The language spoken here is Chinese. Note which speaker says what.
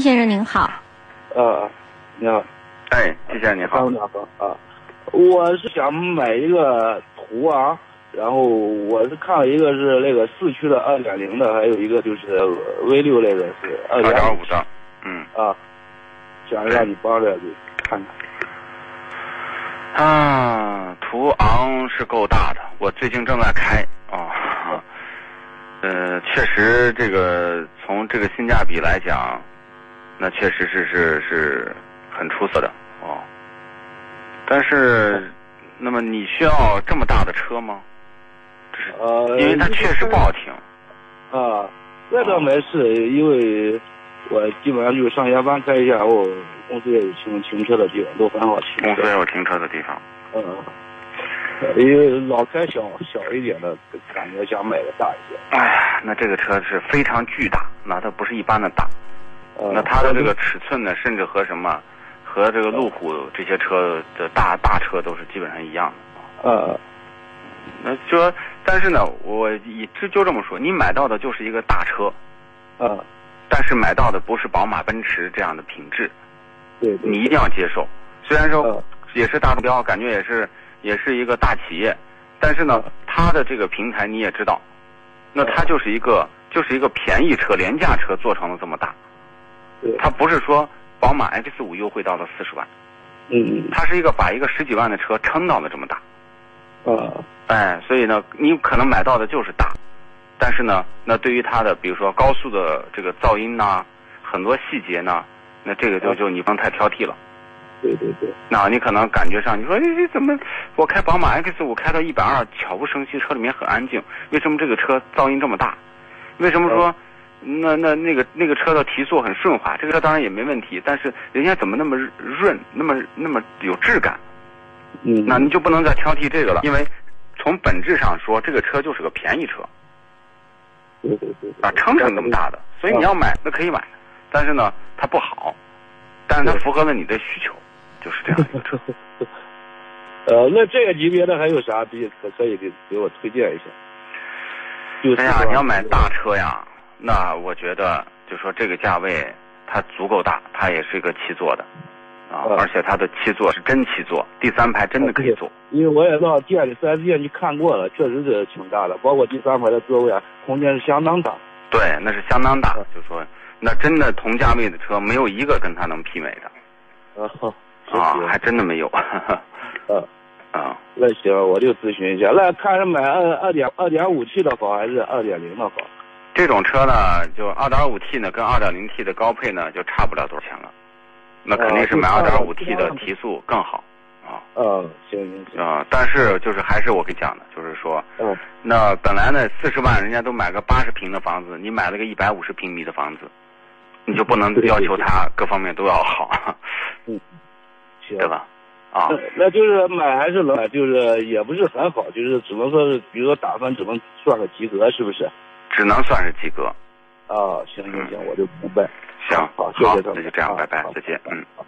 Speaker 1: 先生您好，
Speaker 2: 呃，你好，
Speaker 3: 哎，季先生你好
Speaker 2: 张，大鹏啊，我是想买一个途昂，然后我是看了一个是那个四驱的二点零的，还有一个就是 V 六那个是二
Speaker 3: 二
Speaker 2: 点
Speaker 3: 点二五的，嗯，
Speaker 2: 啊，想让你帮着看看。
Speaker 3: 啊，途昂是够大的，我最近正在开啊， 呃，确实这个从这个性价比来讲，那确实是是是很出色的哦。但是，那么你需要这么大的车吗？这是
Speaker 2: 呃，
Speaker 3: 因为它确实不好停。
Speaker 2: 啊，那倒没事，因为我基本上就是上下班开一下，然后公司也有停停车的地方，都很好停
Speaker 3: 公司
Speaker 2: 车。
Speaker 3: 也有停车的地方。
Speaker 2: 嗯，呃因为老开小小一点的，感觉想买个大一点。
Speaker 3: 哎呀，那这个车是非常巨大，那它不是一般的大。
Speaker 2: 嗯
Speaker 3: 那呃它的这个尺寸呢，甚至和什么，和这个路虎这些车的大大车都是基本上一样的。
Speaker 2: 呃
Speaker 3: 那就说，但是呢，我以这就这么说，你买到的就是一个大车，
Speaker 2: 呃，
Speaker 3: 但是买到的不是宝马、奔驰这样的品质，
Speaker 2: 对对，
Speaker 3: 你一定要接受。虽然说
Speaker 2: 嗯
Speaker 3: 也是大众标，感觉也是也是一个大企业，但是
Speaker 2: 嗯
Speaker 3: 呢，它的这个平台你也知道，那它就是一个就是一个便宜车、廉价车做成了这么大，
Speaker 2: 对，
Speaker 3: 它不是说宝马 X 五优惠到了四十万。
Speaker 2: 嗯
Speaker 3: 它是一个把一个十几万的车撑到了这么大，
Speaker 2: 啊
Speaker 3: 哎，所以呢，你可能买到的就是大，但是呢，那对于它的比如说高速的这个噪音呐、很多细节呢，那这个就就你不能太挑剔了。
Speaker 2: 对对对，
Speaker 3: 那你可能感觉上，你说哎这怎么我开宝马 X 五开到一百二，悄无声息，车里面很安静，为什么这个车噪音这么大？为什么说那那那个那个车的提速很顺滑？这个车当然也没问题，但是人家怎么那么润，那么那么有质感？
Speaker 2: 嗯，
Speaker 3: 那你就不能再挑剔这个了，因为从本质上说，这个车就是个便宜车
Speaker 2: 对对对
Speaker 3: 啊，撑成这么，大的，所以你要买那可以买，但是呢，它不好，但是它符合了你的需求，就是 这样一个车。
Speaker 2: 呃，那这个级别的还有啥比可可以给给我推荐一下？就是
Speaker 3: 哎呀，你要买大车呀，那我觉得就说这个价位它足够大，它也是一个七座的啊哦
Speaker 2: 嗯，
Speaker 3: 而且它的七座是真七座，第三排真的可以坐。
Speaker 2: 因为我也到店里四 S 店去看过了，确实是挺大的，包括第三排的座位啊，空间是相当大。
Speaker 3: 对，那是相当大
Speaker 2: 嗯，
Speaker 3: 就说那真的同价位的车没有一个跟它能媲美的
Speaker 2: 啊，
Speaker 3: 啊，还真的没有。
Speaker 2: 呃，
Speaker 3: 啊，
Speaker 2: 那行，我就咨询一下，那看是买二二点二点五 T 的好还是二点零的好？
Speaker 3: 这种车呢，就 2.5T 呢跟 2.0T 的高配呢就差不了多少钱了，那肯定是买
Speaker 2: 哦就差了
Speaker 3: 2.5T 的提速更好啊
Speaker 2: 嗯，行行行，
Speaker 3: 啊！但是就是还是我给讲的，就是说，
Speaker 2: 嗯，
Speaker 3: 那本来呢40万人家都买个80平的房子，你买了个150平米的房子，你就不能
Speaker 2: 对对
Speaker 3: 要求它各方面都要好，
Speaker 2: 行，
Speaker 3: 对吧？啊，
Speaker 2: 那那就是买还是能买，就是也不是很好，就是只能说是，比如说打分只能算个及格，是不是？
Speaker 3: 只能算是及格。
Speaker 2: 啊，行行行，我就明白。
Speaker 3: 行，
Speaker 2: 好
Speaker 3: 好，
Speaker 2: 谢谢张总
Speaker 3: 那就这样，
Speaker 2: 啊
Speaker 3: 拜拜
Speaker 2: 好，
Speaker 3: 再见，嗯。
Speaker 2: 好